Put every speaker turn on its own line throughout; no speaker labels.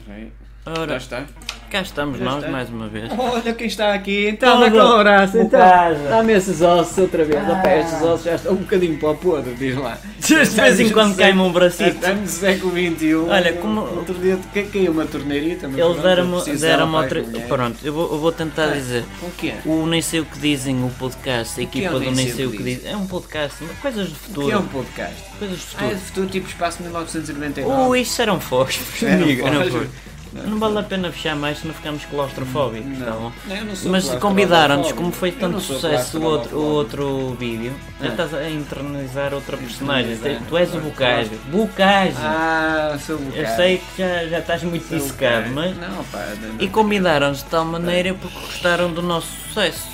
Ok. Já
Ora,
está.
cá estamos
Já
nós
está.
mais uma vez.
Olha quem está aqui.
Todo
Então,
o
agora.
bocado.
Dá-me esses ossos outra vez.
Ah.
Opa, estes ossos já estão um bocadinho para o podre, diz lá.
De vez em quando cai-me um bracito.
Estamos no século XXI.
Olha, como-
um. Outro dia de que caiu uma torneirita. mas
Eles
pronto,
deram-me
precisava
deram
para
outra.
as mulheres.
Pronto, eu vou, eu vou tentar dizer.
O que é?
O Nem Sei O Que Dizem, o podcast, a
que é
equipa
o
do
Nem
Nem
Sei
Sei O Que
Dizem?
Dizem. É um podcast, coisas de
O que é
futuro.
um podcast?
Coisas de
Ah, é de
futuro.
futuro, tipo espaço 1999.
Oh, isto eram fósforos,
Eram
amigo. eram
fósforos.
fósforos. Não vale a pena fechar mais se não ficamos claustrofóbicos, tá bom?
Não, eu não sou
Mas
claustrofóbico.
convidaram-nos, como foi
Eu
tanto
não sou
sucesso o outro, o
claustrofóbico.
outro vídeo, já
Ah.
estás a internalizar outra personagem.
Internalizar.
Tu és o Bocage. Bocage!
Ah, sou um
Eu
bocado.
sei que já, já estás muito
Sou um
dissecado,
bocado.
mas.
Não, pá. não-
E convidaram-nos de tal maneira porque gostaram do nosso sucesso.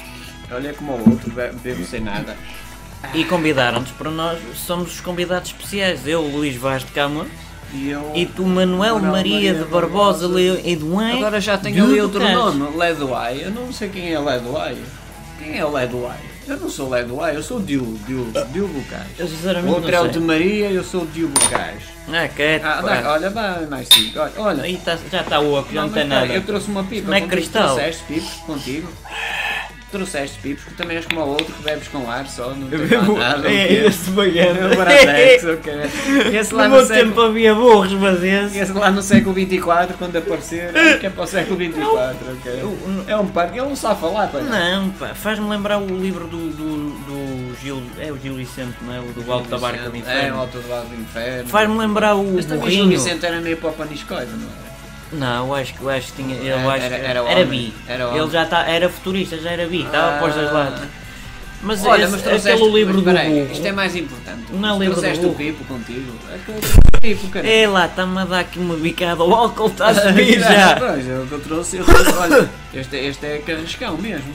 Olha como o outro be- bebe sem nada.
E convidaram-nos para nós, somos os convidados especiais. Eu, Luís Vaz de Câmara,
E eu.
e tu, Manuel
Manuel
Maria, de Barbosa Leão e Duane.
Agora já tenho ali outro nome, Ledoai. Eu não sei quem é Ledoai. Quem é Ledoai? Eu não sou Ledoai, eu sou Dil, Dil, Dil
Eu
Lucas. O
sinceramente
outro é o
não
de
sei.
Maria, eu sou Dil Lucas.
Ah, que
Ah, dá- olha, vai mais cinco. Olha, olha.
Aí tá- já está oco, já não
mas
tem
espera,
nada.
Eu trouxe uma pipa.
Não é
contigo.
cristal.
Trouxeste pipas contigo. Trouxeste pipas, que também és como o outro que bebes com ar só, não tem
Eu
lá
bebo-
nada.
é, esse baiano.
Eu Bradex, ok. Esse lá
No
no
meu
século
tempo havia burros, mas esse.
Esse lá no século 24, quando aparecer, acho que é para o século 24, ok? É um parque, ele não sabe falar, pá.
Não, pá, faz-me lembrar o livro do, do, do Gil. É o Gil Vicente, não é? O do Alto da Barca do
É, o
Inferno.
alto do lado do inferno.
Faz-me lembrar o
Mas também Gil
burrinho.
Vicente era meio Papa Niscoida, não era?
Não, eu acho que eu acho que tinha. Eu
Era-
acho que
era-
era,
era homem.
bi.
Era
Ele
homem.
já tá, era futurista, já era bi, estava
Ah.
pós das latas. Mas,
Olha,
esse,
mas trouxeste...
aquele livro
mas
do
peraí,
burro.
Isto é mais importante.
Não é livro do
Trouxeste o
burro.
Pipo contigo. É que eu trouxe o Pipo, cara.
É lá, está-me a dar aqui uma bicada. O álcool está a subir já.
Pois, é o que eu trouxe. Eu trouxe olha, este, este é carrascão mesmo.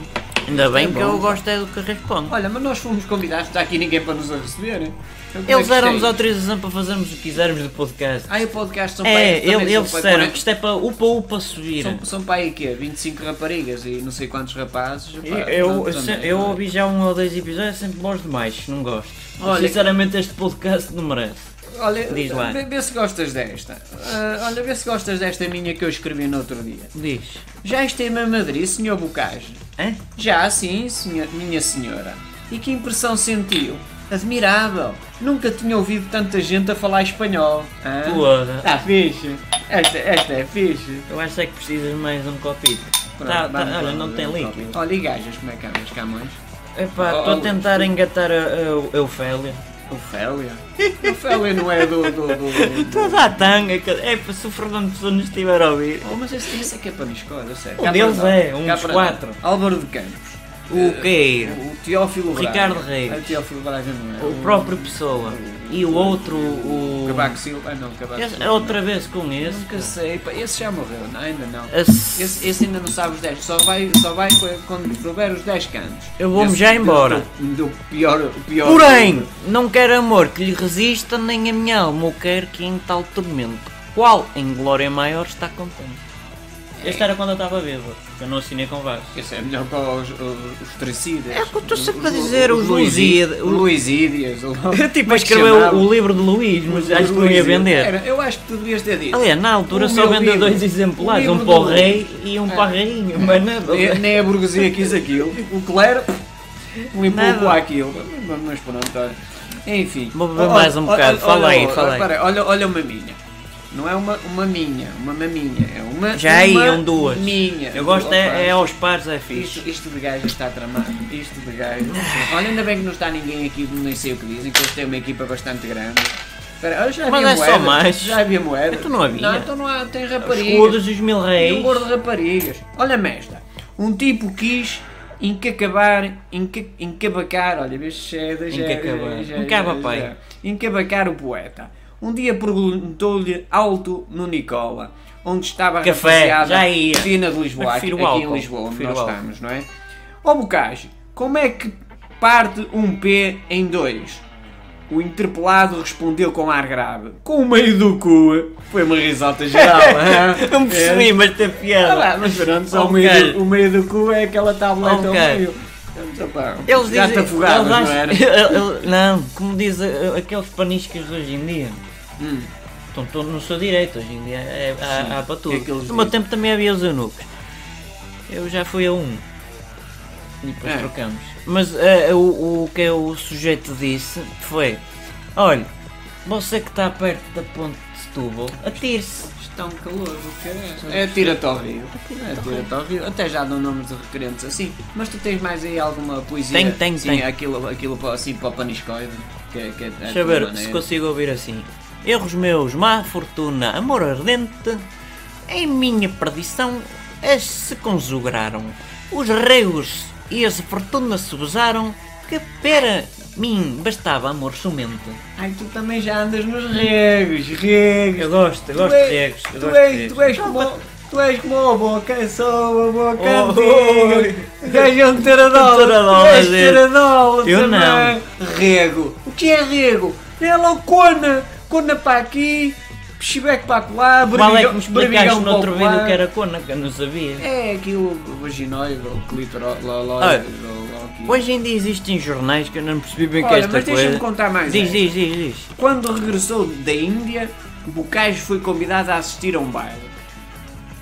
Ainda bem
é
que
bom,
eu
pá.
gosto é do que respondo.
Olha, mas nós fomos convidados, está aqui ninguém para nos receber. hein? Eu como é que
Eles deram-nos
gostei.
autorização para fazermos o que quisermos do podcast.
Ah, e o podcast são
É,
para- também
ele- eles
são para um
disseram
40
que isto é para upa upa subir.
São, são para aí quê? 25 raparigas e não sei quantos rapazes. Pá,
Eu, eu,
pronto,
se-
também,
eu
não é?
ouvi já um ou dois episódios, sempre bons demais, não gosto.
Olha-
Sinceramente, este podcast não merece.
Olha,
Diz lá.
Vê, vê se gostas desta. Ah, olha, vê se gostas desta minha que eu escrevi no outro dia.
Diz.
Já esteve em Madrid, senhor Bocage?
Hã?
Já, sim, senhor, minha senhora. E que impressão sentiu? Admirável! Nunca tinha ouvido tanta gente a falar espanhol.
Boa.
Está fixe? Esta, esta é fixe.
Eu acho é que precisas mais um copito.
Pronto,
tá, tá,
vamos lá,
olha, não
vamos
tem
lá,
líquido.
Olha, e gajas, como é que andas, Camões?
Epá,
Oh,
estou a
oh,
tentar engatar a, a Eufélia.
Ofélia? Ofélia não é do. do, do, do...
Toda a tanga, que- é pá, se o Fernando Pessoa nos estiver a ouvir.
Oh, mas esse, esse é que é para nos escola, sério.
Um
Cá
deles
para nós.
é, um
Cá
dos
para
quatro.
nós. Álvaro de Campos.
O Queiro,
O Teófilo Braga.
Ricardo Reis.
Ah, O Teófilo Braga não é.
o próprio Pessoa e o outro, o.
Cabaco Silva. Ah, não, Cabaco
Esse-
Silva.
é
não.
outra vez com esse.
Nunca sei. pá, Esse já morreu, não, ainda não.
Esse- é
Esse, esse ainda não sabe os 10. Só vai, só vai co- quando souber os 10 cantos.
Eu vou-me
Esse-
já embora.
Do, do pior, o pior.
Porém, não quero amor que lhe resista, nem a minha alma o quero que em tal tormento. Qual em glória maior está contente? Este era quando eu estava bêbado, porque eu não assinei com Vaz.
Esse é melhor que os, os, os Tricidas.
É o que eu estou sempre a
Os-
dizer, os
Luisi-
Luisíd-
os Luisídias. ou- como é que
Tipo,
se
escreveu
chamava?
o livro de Luís, mas acho que não ia
Luisídias.
vender.
Era- eu acho que tu devias ter dito.
Aliás, na
é.
altura
O
só
meu
vendeu
livro.
dois exemplares,
O
um
livro
para o
do- É.
rei e um para a rainha, mas nada.
Ne- Nem a burguesia quis aquilo. O clero
Nada.
limpou aquilo. Mas- Mas pronto, olha. Enfim.
Vou beber mais um bocado. Fala aí, fala aí.
Olha, olha, olha uma minha. Não é uma, uma minha, uma maminha. É uma.
Já aí,
uma
iam duas.
Minha.
Eu gosto
Opa,
é, é aos pares, é fixe.
Isto, isto de gajo está tramado. Isto de gajo. Olha, ainda bem que não está ninguém aqui, nem sei o que dizem, que eles têm uma equipa bastante grande. Espera, olha, já
Mas
havia
é só
moedas,
mais.
Já havia moeda.
Então não havia.
Não, então não há, tem
Os
raparigas.
escudos e os mil
E um
reis.
gordo de raparigas. Olha-me esta. Um tipo quis encacabar, enca, encabacar, olha, vês, cheira, já,
Encacabar.
já, já,
Encaba,
já,
pai.
já. Encabacar o poeta. Um dia perguntou-lhe alto no Nicola, onde estava a
Café,
rapaziada
já ia.
fina de Lisboa,
Eu
aqui,
prefiro o
aqui
álcool,
em Lisboa, onde
prefiro
nós
o álcool.
estamos, não é? Ó Bocage, como é que parte um P em dois? O interpelado respondeu com ar grave. Com o meio do cu. Foi uma risota geral. hã?
Não percebi, mas tem
Ah,
piada.
lá, mas pronto, só
Oh,
o, meio
caralho.
do, o meio do cu é aquela tableta ao
caralho.
meio. Então, pá,
Eles
já
dizem.
te afogavas,
eles
não
acham-
era?
eh, Ele- ele- não, como diz uh, aqueles paniscas de hoje em dia. Estão todos no seu direito, hoje em dia é- há,
Hum. Sim,
há para tudo.
é que eles
no meu
dizem.
tempo também havia os eunucos. Eu já fui a um. E depois
É.
trocamos. Mas eh, o, o que o sujeito disse foi: Olha, você que está perto da ponte de Setúbal, atire-se.
Está um calor do caralho. É tira-te ao rio. É tira-te ao rio. Até já dão nomes de requerentes assim. Mas tu tens mais aí alguma poesia?
Tenho, tenho,
Sim,
tenho.
Aquilo, aquilo para- assim para o paniscoide. Que, é- que é,
Deixa eu ver se consigo ouvir assim. Erros meus, má fortuna, amor ardente, em minha perdição as se conjugaram. Os regos e as fortunas se usaram, que para mim bastava amor somente.
Ai, tu também já andas nos regos, regos.
gosto, eu
Tu és- tu és, tu és como... Tu és como a boca, sou a boca
Oh,
antiga. Ganhou um
Um taradola,
teradola. És
gente.
teradola
Eu
também.
não.
Rego. O que é rego? É loucona. Cona para aqui, pichibeco para lá,
Qual é que
berbigão
me explicaste
berbigão
no
para
outro vídeo
um lá.
que era cona, que eu não sabia?
É aquilo vaginoide ou clitoróide ou
Olha,
aquilo.
Hoje em dia existem jornais que eu não percebi bem que é
Olha,
esta
mas deixa-me
coisa.
contar mais.
Diz,
é.
diz, diz, diz.
Quando regressou da Índia, o Bocage foi convidado a assistir a um baile.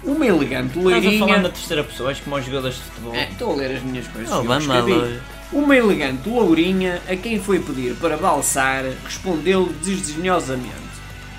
Uma elegante
Estás a falar na
loirinha.
terceira pessoa, acho que como os jogadores de futebol.
É, Estou a ler as minhas coisas.
Oh,
eu
vamos lá,
escrevi.
Loura.
Uma elegante lourinha a quem foi pedir para balsar respondeu desdenhosamente: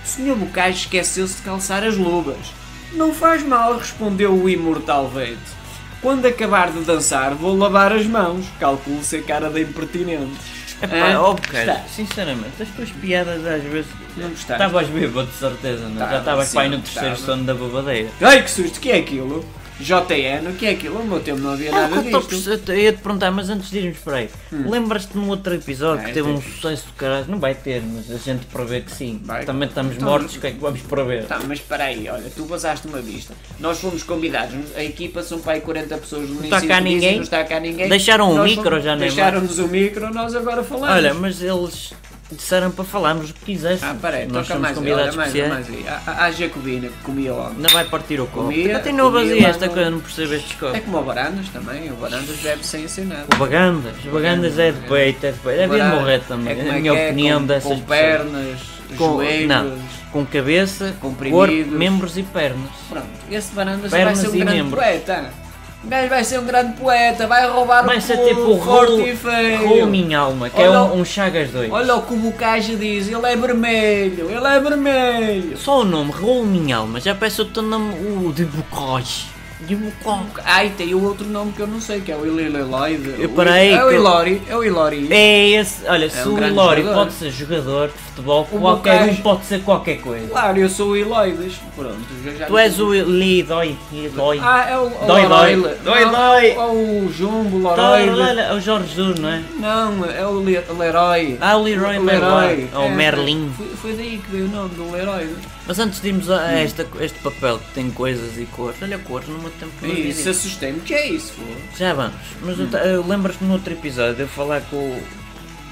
O senhor Bocage esqueceu-se de calçar as luvas. Não faz mal, respondeu o imortal veito. Quando acabar de dançar, vou lavar as mãos. Calculo ser cara da impertinente.
Epá,
Ah,
ó, é cara,
está.
sinceramente, as tuas piadas às vezes. Tá.
Não gostaste?
Estavas bêbado de certeza, não? é?
Tava,
Já estavas
sim,
para aí no terceiro
tava.
sono da babadeira.
Ai que susto, o que é aquilo? JN, o que é aquilo? No meu tempo não havia nada
eu,
disto.
ia te perguntar, mas antes de irmos para aí, lembras-te num outro episódio
Ah,
que
eu
teve um
tenho.
sucesso do caralho? Não vai ter, mas a gente prevê que sim.
Vai.
Também estamos
Então-
mortos, o que é que vamos prever?
Tá, mas espera aí, olha, tu basaste uma vista. Nós fomos convidados, a equipa são para aí 40 pessoas no
está
ensino
cá
de ensino,
ninguém.
Não está cá ninguém.
Deixaram um
Nós
micro, já nem
Deixaram-nos o micro, nós agora falamos.
Olha, mas eles disseram para falarmos o que quisesse.
ah, peraí,
Nós
toca
somos
mais aí, olha,
convidados
mais,
especiais.
mais aí. A, a, a Jacobina, que comia logo.
Ainda vai partir o copo.
Comia-
Até não
comia
vazia esta
lá no-
coisa, não percebo estes
É
copos.
como o Barandas também, o Barandas bebe sem ser nada.
O Bagandas, o Bagandas é de peito, é de peito. Devia
Barandas-
morrer também,
é como
na
é
minha
que é,
opinião,
com,
dessas
Com
pessoas.
pernas,
Com-
joelhos...
não. com cabeça,
Comprimidos.
corpo, membros e pernas.
Pronto, esse Barandas vai
Pernas
ser um
e
grande
membros.
poeta. O gajo vai ser um grande poeta, vai roubar
Vai
o
ser
povo,
tipo o rolo,
forte e feio.
rolo minha alma, que é
Olha
um,
o-
um Chagas 2.
Olha o que o Bocage diz, ele é vermelho, ele é vermelho.
Só o nome, rolo minha alma, já parece o teu nome, o de Bocage. De Bocage.
Ai, tem o outro nome que eu não sei, que é o Ililoide.
Eu parei
É o
que eu-
Ilori, é o Ilori.
É esse, olha, se
um
o
grande
Ilori
jogador.
pode ser jogador de futebol,
O
qualquer
Bocage-
um pode ser qualquer coisa.
Claro, eu sou o Iloides. Pronto, já já...
Tu és o Lidoi, Lidoi.
Ah, é o... o
Dói, dói.
Loroile.
Dói,
Não,
dói.
Ou o Jumbo, o
Tá,
Loroide.
olha, olha, é o Jorge Júnior, não é?
Não, é o Le- Leroy.
Ah, o Leroy Merlin. Ou
É,
Merlin.
Foi, foi daí que veio o nome do Leroy.
Mas antes de irmos a esta, este papel que tem coisas e cores, olha cores no meu tempo. não havia
Isso, Hum. assustei-me. que é isso, pô?
Já vamos, mas eu ta- eu lembras-me no outro episódio eu falar com o.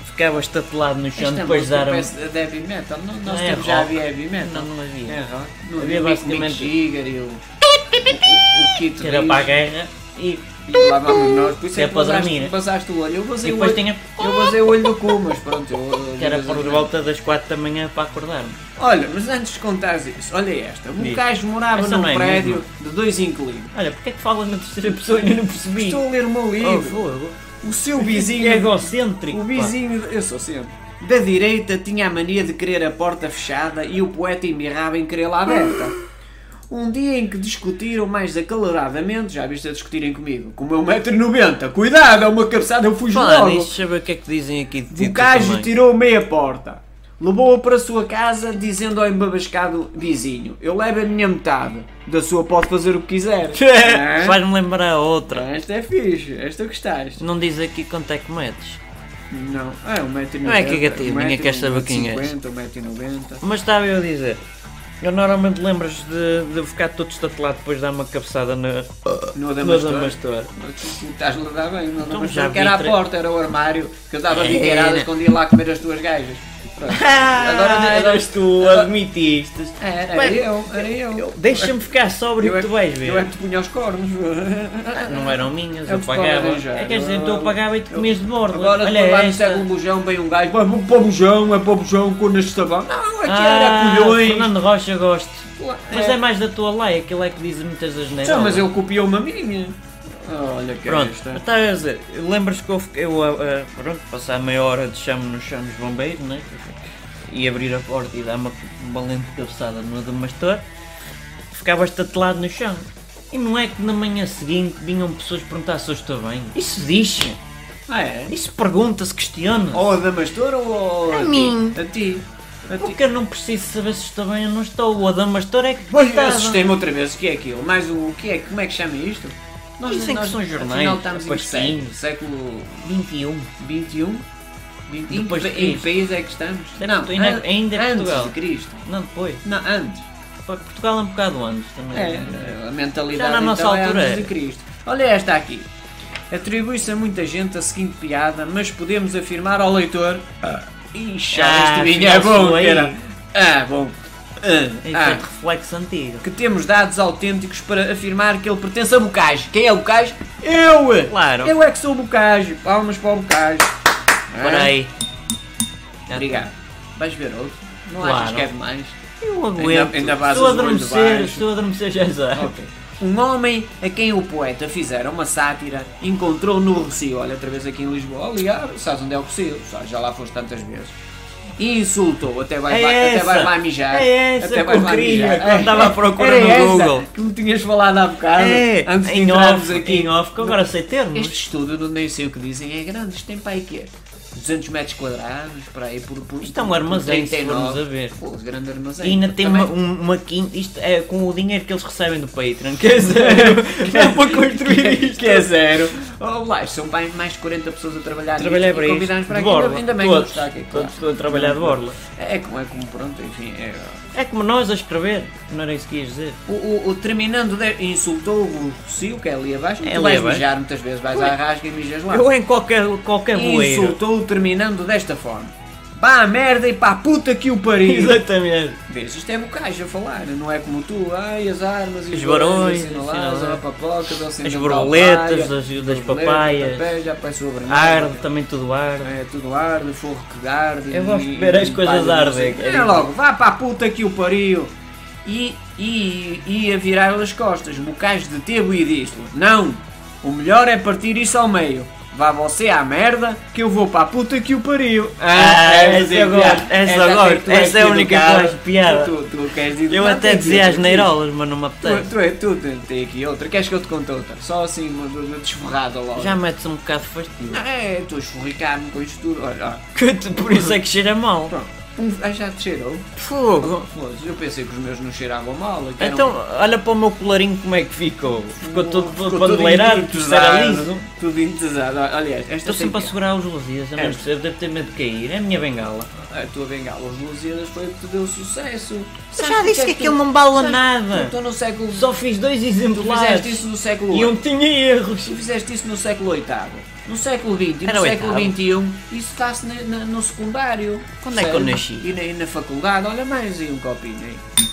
Ficava estatelado no chão,
Esta
depois
música
dar um.
parece de heavy metal. Não,
Não
nós
é
temos já
rock.
havia heavy metal.
Não, não havia.
É rock. Não
Havia
havia basicamente...
basicamente-
Mick Jagger e o... O, o Kit
Que era
Reeves.
para a guerra e.
E lá vamos nós. Por isso
Que
é
é
que
para
basaste,
dormir.
basaste o olho. Eu basei, o
Depois
olho,
tinha.
eu basei o olho do cu, mas é. pronto. Eu, eu-
Que era
eu-
por volta das 4 da manhã para acordarmos.
Olha, mas antes de contares isso, olha esta.
Diz.
Um gajo morava
Essa
num
não é
prédio
mesmo.
de dois inquilinos.
Olha, porque é que falas na terceira pessoa e ainda não percebi?
Estou a ler o meu
oh,
livro.
fogo.
O seu
É
vizinho
egocêntrico.
O
pá.
vizinho, eu sou sempre. Da direita tinha a mania de querer a porta fechada e o poeta emirrava em querê-la aberta. Um dia em que discutiram mais acaloradamente, já viste a discutirem comigo, com o meu 1,90m, cuidado, é uma cabeçada, eu fujo
Fala
logo.
nisso, deixa eu ver o que é que dizem aqui de ti.
O gajo
também.
tirou meia porta, levou-a para a sua casa, dizendo ao embabascado vizinho: Eu levo a minha metade, da sua pode fazer o que quiser. Hã?
Faz-me lembrar a outra.
Esta é fixe, esta gostaste.
Não diz aqui quanto é que metes.
Não, é um metro e
Não é
noventa,
que gatinho,
um metro e
ninguém quer saber quem és.
50, um metro e noventa.
Mas estava eu a dizer. Eu normalmente lembras de, de ficar todo estatelado depois de dar uma cabeçada na.
No
Mas
Adamastor. Estás-lhe a dar bem, no
Então já
Adamastor.
vi
Que era a
tre- É, né?
porta, era o armário, que eu dava de
Era.
inteiradas quando ia lá comer as tuas gajas. Ah,
Agora,
Ai,
agora Ah, tu admitiste.
É, Era
Bem,
eu, era eu.
eu- Deixa-me ficar sóbrio que tu vais ver. Ah,
Eu é que te punha aos cornos.
Não eram minhas,
É
eu
o que estava
pagava.
a arranjar.
É que dizer, então eu pagava e te comias de borda.
Agora
Olha
quando lá me
esta.
segue um bujão, vem um gajo, vai vou para o bujão, é para o bujão, cornas de sabão. Não, aqui era
Ah,
colhões.
Fernando Rocha gosto. Mas
É.
é. mais da tua laia, aquilo é que diz muitas das neiras.
Não, mas ele copiou uma minha. Olha que é
Pronto,
esta.
estava a dizer, lembras que eu, fiquei- eu ah, ah, pronto, passar meia hora de chamo no chão dos bombeiros, né? E abrir a porta e dar uma valente cabeçada no demastor, ficavas tatelado no chão. E não é que na manhã seguinte vinham pessoas perguntar se eu estou bem? Isso diz
Ah, é?
isso pergunta-se, questiona.
Ou a Damastora ou a,
A
ti?
mim.
A ti. A ti.
Porque eu não preciso saber se estou bem ou não estou. O Adamastor é que
Mas eu
gostava.
assustei-me outra vez, o que é aquilo? Mais o, o que é? Como é que chama isto?
Isso é que são jornais,
Afinal, estamos em que século?
pastinho.
Século
21.
21? Vinte- um, Em,
Depois
que-
de
em que
Cristo.
país é que estamos?
É Portu- ainda-
an-
ainda é
antes
Portugal.
de Cristo.
Não, depois.
Não, antes.
Pá, Portugal é um bocado antes também.
É, a mentalidade
Já na nossa
então
altura
é antes de
era.
Cristo. Olha esta aqui. Atribui-se a muita gente a seguinte piada, mas podemos afirmar ao leitor... Ixi,
Ah,
este vinho é
afinal
bom,
foi.
era. Ah, bom.
É
Ah, ah.
feito reflexo antigo.
que temos dados autênticos para afirmar que ele pertence a Bocage. Quem é o Bocage? Eu!
Claro.
Eu é que sou o Bocage. Palmas para o Bocage. É?
Espera aí.
Ah, Obrigado. Vais ver outro? Não
Claro.
achas que é demais?
Eu aguento.
Ainda- ainda vazas
se eu
o olho de
adormecer,
baixo.
se eu adormecer já é já.
Ok. Um homem a quem o poeta fizera uma sátira encontrou no Recio, olha outra vez aqui em Lisboa, ligado, sabes onde é o Recio, sabes, já lá foste tantas vezes, e insultou, até vais,
É
lá, até
essa.
vais lá mijar.
É essa
até
que eu
lá
queria,
mijar.
quando estava à procura
Era
no
essa
Google.
que me tinhas falado há bocado,
É,
antes de
em
entrarmos
off,
aqui.
em off, que eu agora sei termos.
Este estúdio, não nem sei o que dizem, é grande, isto tem para aí quê? 200 metros quadrados, para aí por, por
Isto é um
por
armazém, se
39.
formos a ver.
Pô, grande armazém.
E ainda tem
Também-
uma, um- uma quinta. Isto é com o dinheiro que eles recebem do Patreon. Quer dizer, dá é para construir isto.
Que é zero. Oh, lá, isto são bem mais de 40 pessoas a trabalhar nisto
Trabalhar
e
para isto.
convidados para
de
aqui.
borla.
Ainda bem que não
todos,
está aqui. claro.
todos estão a trabalhar de borla.
É como, é como, pronto, enfim. é-
É como nós a escrever. Não era isso que ias dizer.
O, o- o terminando de- insultou o Cio, que é ali abaixo.
É
tu
ali
vais
abaixo. é-
mijar muitas vezes, vais à rasga e mijas lá.
Eu é em qualquer, qualquer bueiro.
Insultou-o terminando desta forma. Pá a merda e pá a puta que o pariu.
Exatamente.
Vês, isto é bocage a falar, não é como tu, ai as armas e assim,
Os barões,
assinaladas,
assinaladas.
a papoca, doce
As
de
borboletas,
papaya,
as- das
borboletas,
papaias.
papel, já pai sobre né? a
Arde, também tudo arde.
É tudo arde, forro que arde.
Eu gosto de
e-
ver as
e
coisas
palha, não
arder,
sei o
que
quê.
é
Olha logo, vá para a puta que o pariu. E, e, e a virar as costas, bocais de tebo e disto. Não, o melhor é partir isso ao meio. Vá você à merda que eu vou para a puta que o pariu.
Ah,
é
essa
fazer
eu
piada.
gosto, essa eu
até
gosto,
que tu és
essa é a única que eu
educado,
acho piada.
Tu, tu queres
Eu
educar,
até
tens de
dizia as
educar.
neirolas, mas não me apetece.
Tu, tu, é- tu, tu tem aqui outra, queres que eu te conte outra? Só assim, uma, uma desforrada logo.
Já metes um bocado de fastio.
É, estou a esforricar-me com isto tudo. Olha, olha.
Que tu- Por isso é que cheira mal.
Pronto. Um- ah, já te cheirou?
Fogo.
Foda-se, Eu pensei que os meus não cheiravam mal. que eram-
Então, olha para o meu colarinho como é que ficou. Ficou todo
Ficou
bandeleirado, porque isto era
entesado,
liso.
Tudo entesado. Aliás, esta
Estou
tem
sempre a
que-
segurar os luzias, eu não
É.
percebo, devo ter medo de cair. É a minha bengala.
A tua bengala, os Lusíadas, foi o que te deu sucesso.
já disse que aquilo não bala nada.
Estou no século...
Só fiz dois
Tu fizeste
exemplares
isso no século
e um
VIII.
tinha erros.
Tu fizeste isso no século VIII. No século XX e
Era
no
o
século
oitavo.
XXI, isso está-se na- na- no secundário.
Quando é que eu
Sério?
nasci?
E na, e na faculdade, olha mais aí um copinho aí.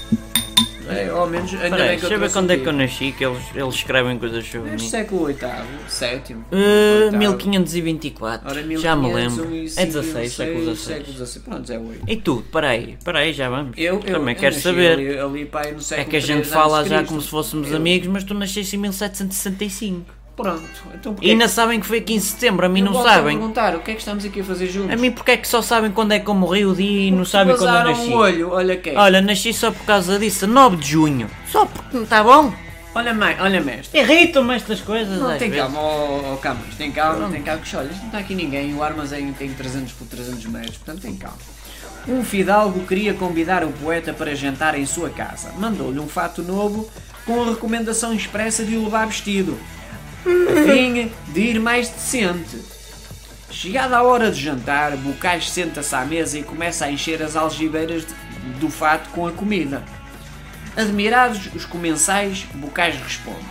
É, ao menos, ainda
Espera
bem
aí,
que eu
deixa eu ver
trouxe
quando é
aqui.
que eu nasci, que eles, eles escrevem coisas sobre
Mas
mim. Eh,
século VIII, sétimo.
Uh,
oitavo.
1524,
Ora,
já me
1500,
lembro.
1500,
É 16, século 16.
século XVI. Pronto, é 8.
E tu, peraí, peraí, já vamos.
Eu, eu
Também
eu
quero
nasci
saber.
Ali, ali, pá, aí no século
É que a gente
III
fala
antes de
já
Cristo.
como se fôssemos
Eu-
amigos, mas tu nasceste em 1765.
Pronto, então porque
E ainda sabem que foi aqui em setembro, a mim
eu
não
volto A
sabem.
perguntar o que é que estamos aqui a fazer juntos?
A mim porque é que só sabem quando é que eu morri o dia e não
Porque
sabem quando eu
vazaram
nasci?
o um olho, olha quem. é. Olha,
Olha, nasci só por causa disso, a 9 de junho. Só porque não está bom?
mãe, olha, mestre.
Irritam-me estas coisas.
Não,
às
tem
vezes.
calma, oh, oh, Camas, tem calma, tem calma, que olha, isto não está aqui ninguém, o armazém tem 300 por 300 metros, portanto tem calma. Um fidalgo queria convidar o poeta para jantar em sua casa. Mandou-lhe um fato novo com a recomendação expressa de o levar vestido, a fim de ir mais decente. Chegada a hora de jantar, Bocage senta-se à mesa e começa a encher as algibeiras de- do fato com a comida. Admirados os comensais, Bocage responde: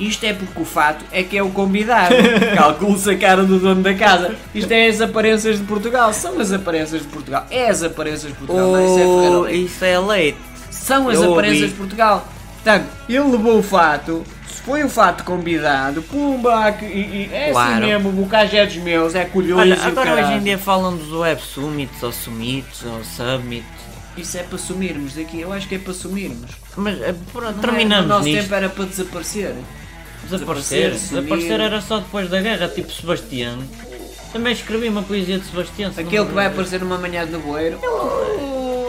Isto é porque o fato é que é o convidado. Calcule-se a cara do dono da casa. Isto é as aparências de Portugal. São as aparências de Portugal. É as aparências de Portugal. não, isso é Ferreira
Oh,
Leite.
isso é leite.
São as
Eu
aparências
ouvi.
de Portugal. Portanto, ele levou o fato, se foi o fato convidado, pumba, aqui- e, e- é
Claro.
assim mesmo, o bocage é dos meus, é colhões
Olha,
e o
agora
caralho.
hoje em dia falam dos Web Summits ou Summits ou Summit.
Isso é para sumirmos daqui, eu acho que é para sumirmos.
Mas eh, pronto,
Não é?
terminamos
No nosso
nisto.
tempo era para desaparecer.
Desaparecer.
Desaparecer, sumir.
Desaparecer era só depois da guerra, tipo Sebastião. Também escrevi uma poesia de Sebastião. se não
Aquele
me
que vai
engano.
aparecer numa manhã de nevoeiro.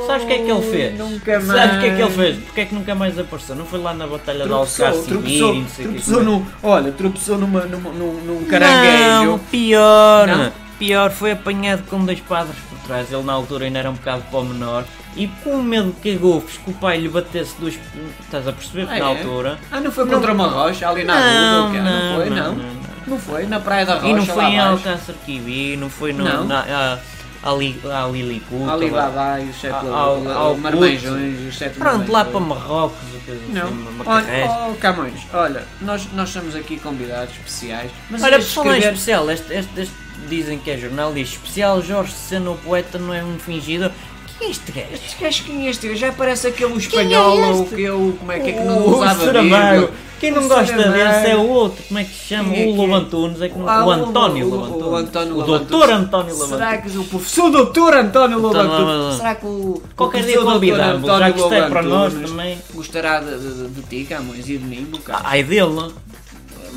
Sabes o que é que ele fez?
Nunca mais.
Sabes o que é que ele fez? Porque é que nunca mais apareceu? Não foi lá na Batalha de Alcar
Tropeçou,
Sibir
tropeçou,
e não sei o que.
tropeçou num, olha, tropeçou numa, numa, num, num caranguejo.
Não, pior.
Não?
Pior, foi apanhado com dois padres por trás. Ele na altura ainda era um bocado para o menor. E com medo que golpes que o pai lhe batesse dois. Estás a perceber?
Ah,
na
é?
altura.
Ah, não foi contra uma rocha ali na
Não,
rua? é, Não,
não,
não foi,
não,
não.
não, não.
Não foi, na Praia da Rocha.
E não foi
lá
em
abaixo.
Alcácer Quibir, não foi no,
Não.
na, ah, a, a, Li- a Liliputa.
Ali
lá.
Babá e os sete
Ao-
al,
ao Puto.
marmanjões e os sete
Pronto, lá para
marmanjões.
Marrocos, o que assim,
Não,
uma carresta.
olha, oh, Camões, olha, nós, nós somos aqui convidados especiais, mas
Olha,
este
por falar em
escrever-
é especial, este, este- este dizem que é jornal, diz especial Jorge Sena, o poeta, não é um fingidor. Quem é este gajo?
Este gajo quem é este? Já parece aquele espanhol ou que eu, como é que é que não usava
Saramago.
verde.
Quem não
O
gosta desse é
Saramago.
o outro, como é que se chama?
Quem é
o
que
Lobo
é?
Antunes, é que não...
Ah,
o António
o-
Lobo
o- o
Antunes.
António
O
Lobo
doutor
Antunes.
António Lobo
Será
Antunes.
que o professor doutor António Lobo
Doutor
Antunes-
Lobo-
Será que o
Qualquer
o
dia
professor doutor
convidamos,
António
já que isto é
Lobo
para nós
Antunes
também.
Gostará de, de, de ti, Camões, e de mim, do cara.
Ai dele.
Ah,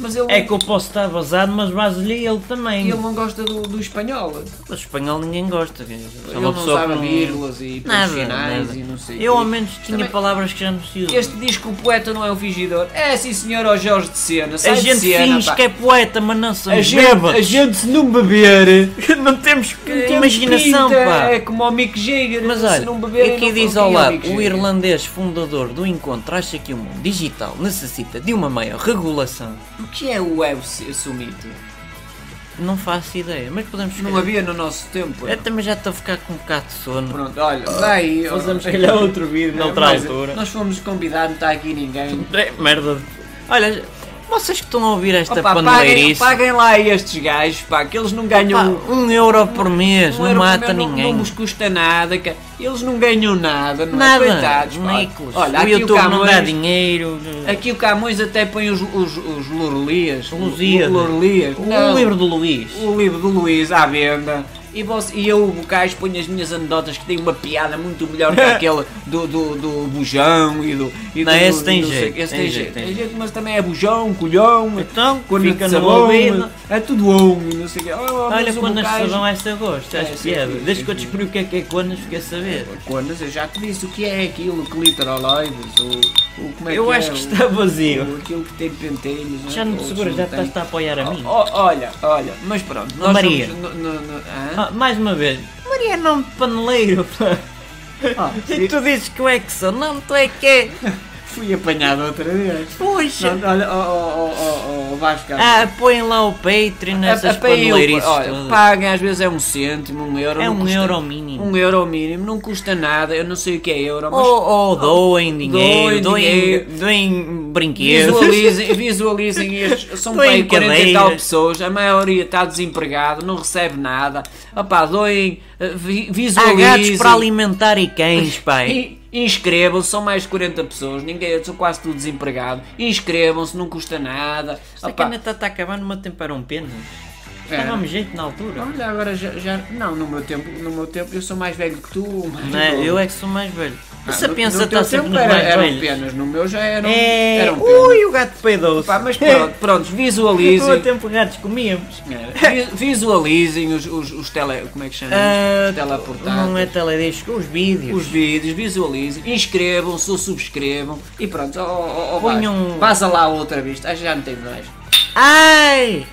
Mas ele,
É que eu posso estar vazado, mas vaso-lhe ele também.
ele não gosta do, do espanhol.
Mas espanhol ninguém gosta. quer dizer, é
Ele
uma
não
pessoa que
usava
não-
vírgulas e
Nada,
sinais
nada.
e não sei o
Eu
quê.
ao menos tinha
Também-
palavras que já não se usam.
Este diz que o poeta não é um fingidor. É sim senhor, ó Jorge de Sena. Sai
A
de
gente
cena,
finge
pá.
que é poeta, mas não somos
a gente, a
bêbados.
gente se não beber...
não temos que-
Temos
imaginação,
pinta,
pá.
É como o Mick Jagger.
Mas
se
olha,
não beber,
aqui
não
diz
confia
ao
no
lado,
Mick
o
Jagger.
irlandês fundador do encontro acha que o mundo digital necessita de uma maior regulação.
O que é o web summit?
Não faço ideia, mas podemos
Não havia no nosso tempo.
Eu também já estou a ficar com um bocado de sono.
Pronto, olha, vai.
Fazemos, se calhar, outro vídeo noutra
né? Mas
altura.
Nós fomos convidados, não está aqui ninguém.
É, merda. Olha, vocês que estão a ouvir esta
Opa, paguem,
paneleirice,
paguem lá estes gajos, pá, que eles não
pá,
ganham.
um euro por mês,
um
não
euro
mata
por mês,
ninguém.
Não, nos custa nada, que eles não ganham nada, não
Nada,
é? Coitados, pá.
Nicolas.
Olha,
o
aqui
YouTube
o Camões,
não dá dinheiro.
Aqui o Camões até põe os, os, os Lorelias.
Lusíadas.
O, o Lorelias.
O
Não.
Um
Um
livro do Luís.
o livro do Luís à venda. E, você, e eu, o Bocais, ponho as minhas anedotas que têm uma piada muito melhor que aquela do, do, do Bujão e do. E
Não,
do,
esse
do-
tem
do-
jeito,
Esse
tem
tem,
jeito,
jeito,
tem
tem jeito, mas também é Bujão, colhão,
Então,
quando
fica
de
no
sabão,
ouvido.
É tudo homem, não sei o quê. Oh,
Olha,
mas o
quando
Bocais-
sabão é seu gosto,
É,
acho
sim,
piada.
sim,
Desde
sim,
que eu
sim.
descobri o que é que é quando, fiquei a saber.
Quando, eu já te disse o que é aquilo, clitoroloides, o, o como é
Eu
que é, um
acho que
o-
está vazio.
o- aquilo que tem pentelhos. é?
Já não te
assim
seguras, já estás a apoiar a mim.
Oh, olha, olha, mas pronto, nós
Maria.
somos no- no- no- hã?
Ah, mais uma vez, Maria é nome de paneleiro, pá.
Ah,
E tu dizes que eu é que sou, não, tu é que é.
Fui apanhado outra vez.
Puxa!
Não, olha, oh, oh, oh, oh, Vasco.
Ah, apoiem lá o Patreon,
É,
essas
apanhem o-
paneleirices
olha,
todas.
paguem às vezes é um cêntimo, um euro.
É
não
um
custa-
euro mínimo.
Um euro mínimo, não custa nada. Eu não sei o que é euro, mas
Ou, ou oh, doem dinheiro,
doem
doem,
dinheiro.
doem brinquedos.
visualizem, visualizem estes. São
Doem
bem 40 e tal
cadeiras.
pessoas, a maioria está desempregado, não recebe nada. Opá, doem, eh, vi-
Há
visualizem.
gatos para alimentar e cães, pai.
E- Inscrevam-se, são mais de 40 pessoas, ninguém, eu sou quase tudo desempregado. Inscrevam-se, não custa nada.
Esta
Opá,
caneta está a acabar no meu tempo era um pênis.
Era.
Estávamos jeito na altura.
Olha, agora já, já- Não, no meu tempo, no meu tempo eu sou mais velho que tu, mais
Não é?
novo.
Eu é que sou mais velho.
Ah,
Essa
no-
pensa
no teu
está sempre
tempo
nos
era- um
mais
eram
velhos.
penas, no meu já eram,
É...
eram penas.
Ui, o gato peidou-se.
um Pá, mas pronto, pronto
No meu
visualizem.
tempo gatos comíamos. É.
Vi- Visualizem os, os, os tele. Como é que chama?
Ah,
Os teleportáveis.
não é teledisco, os vídeos.
Os vídeos, visualizem, inscrevam-se ou subscrevam e pronto, ó, ó, ó,
Ponham-
Vasco, passa lá outra vista, Ah, já não tem mais.
Ai!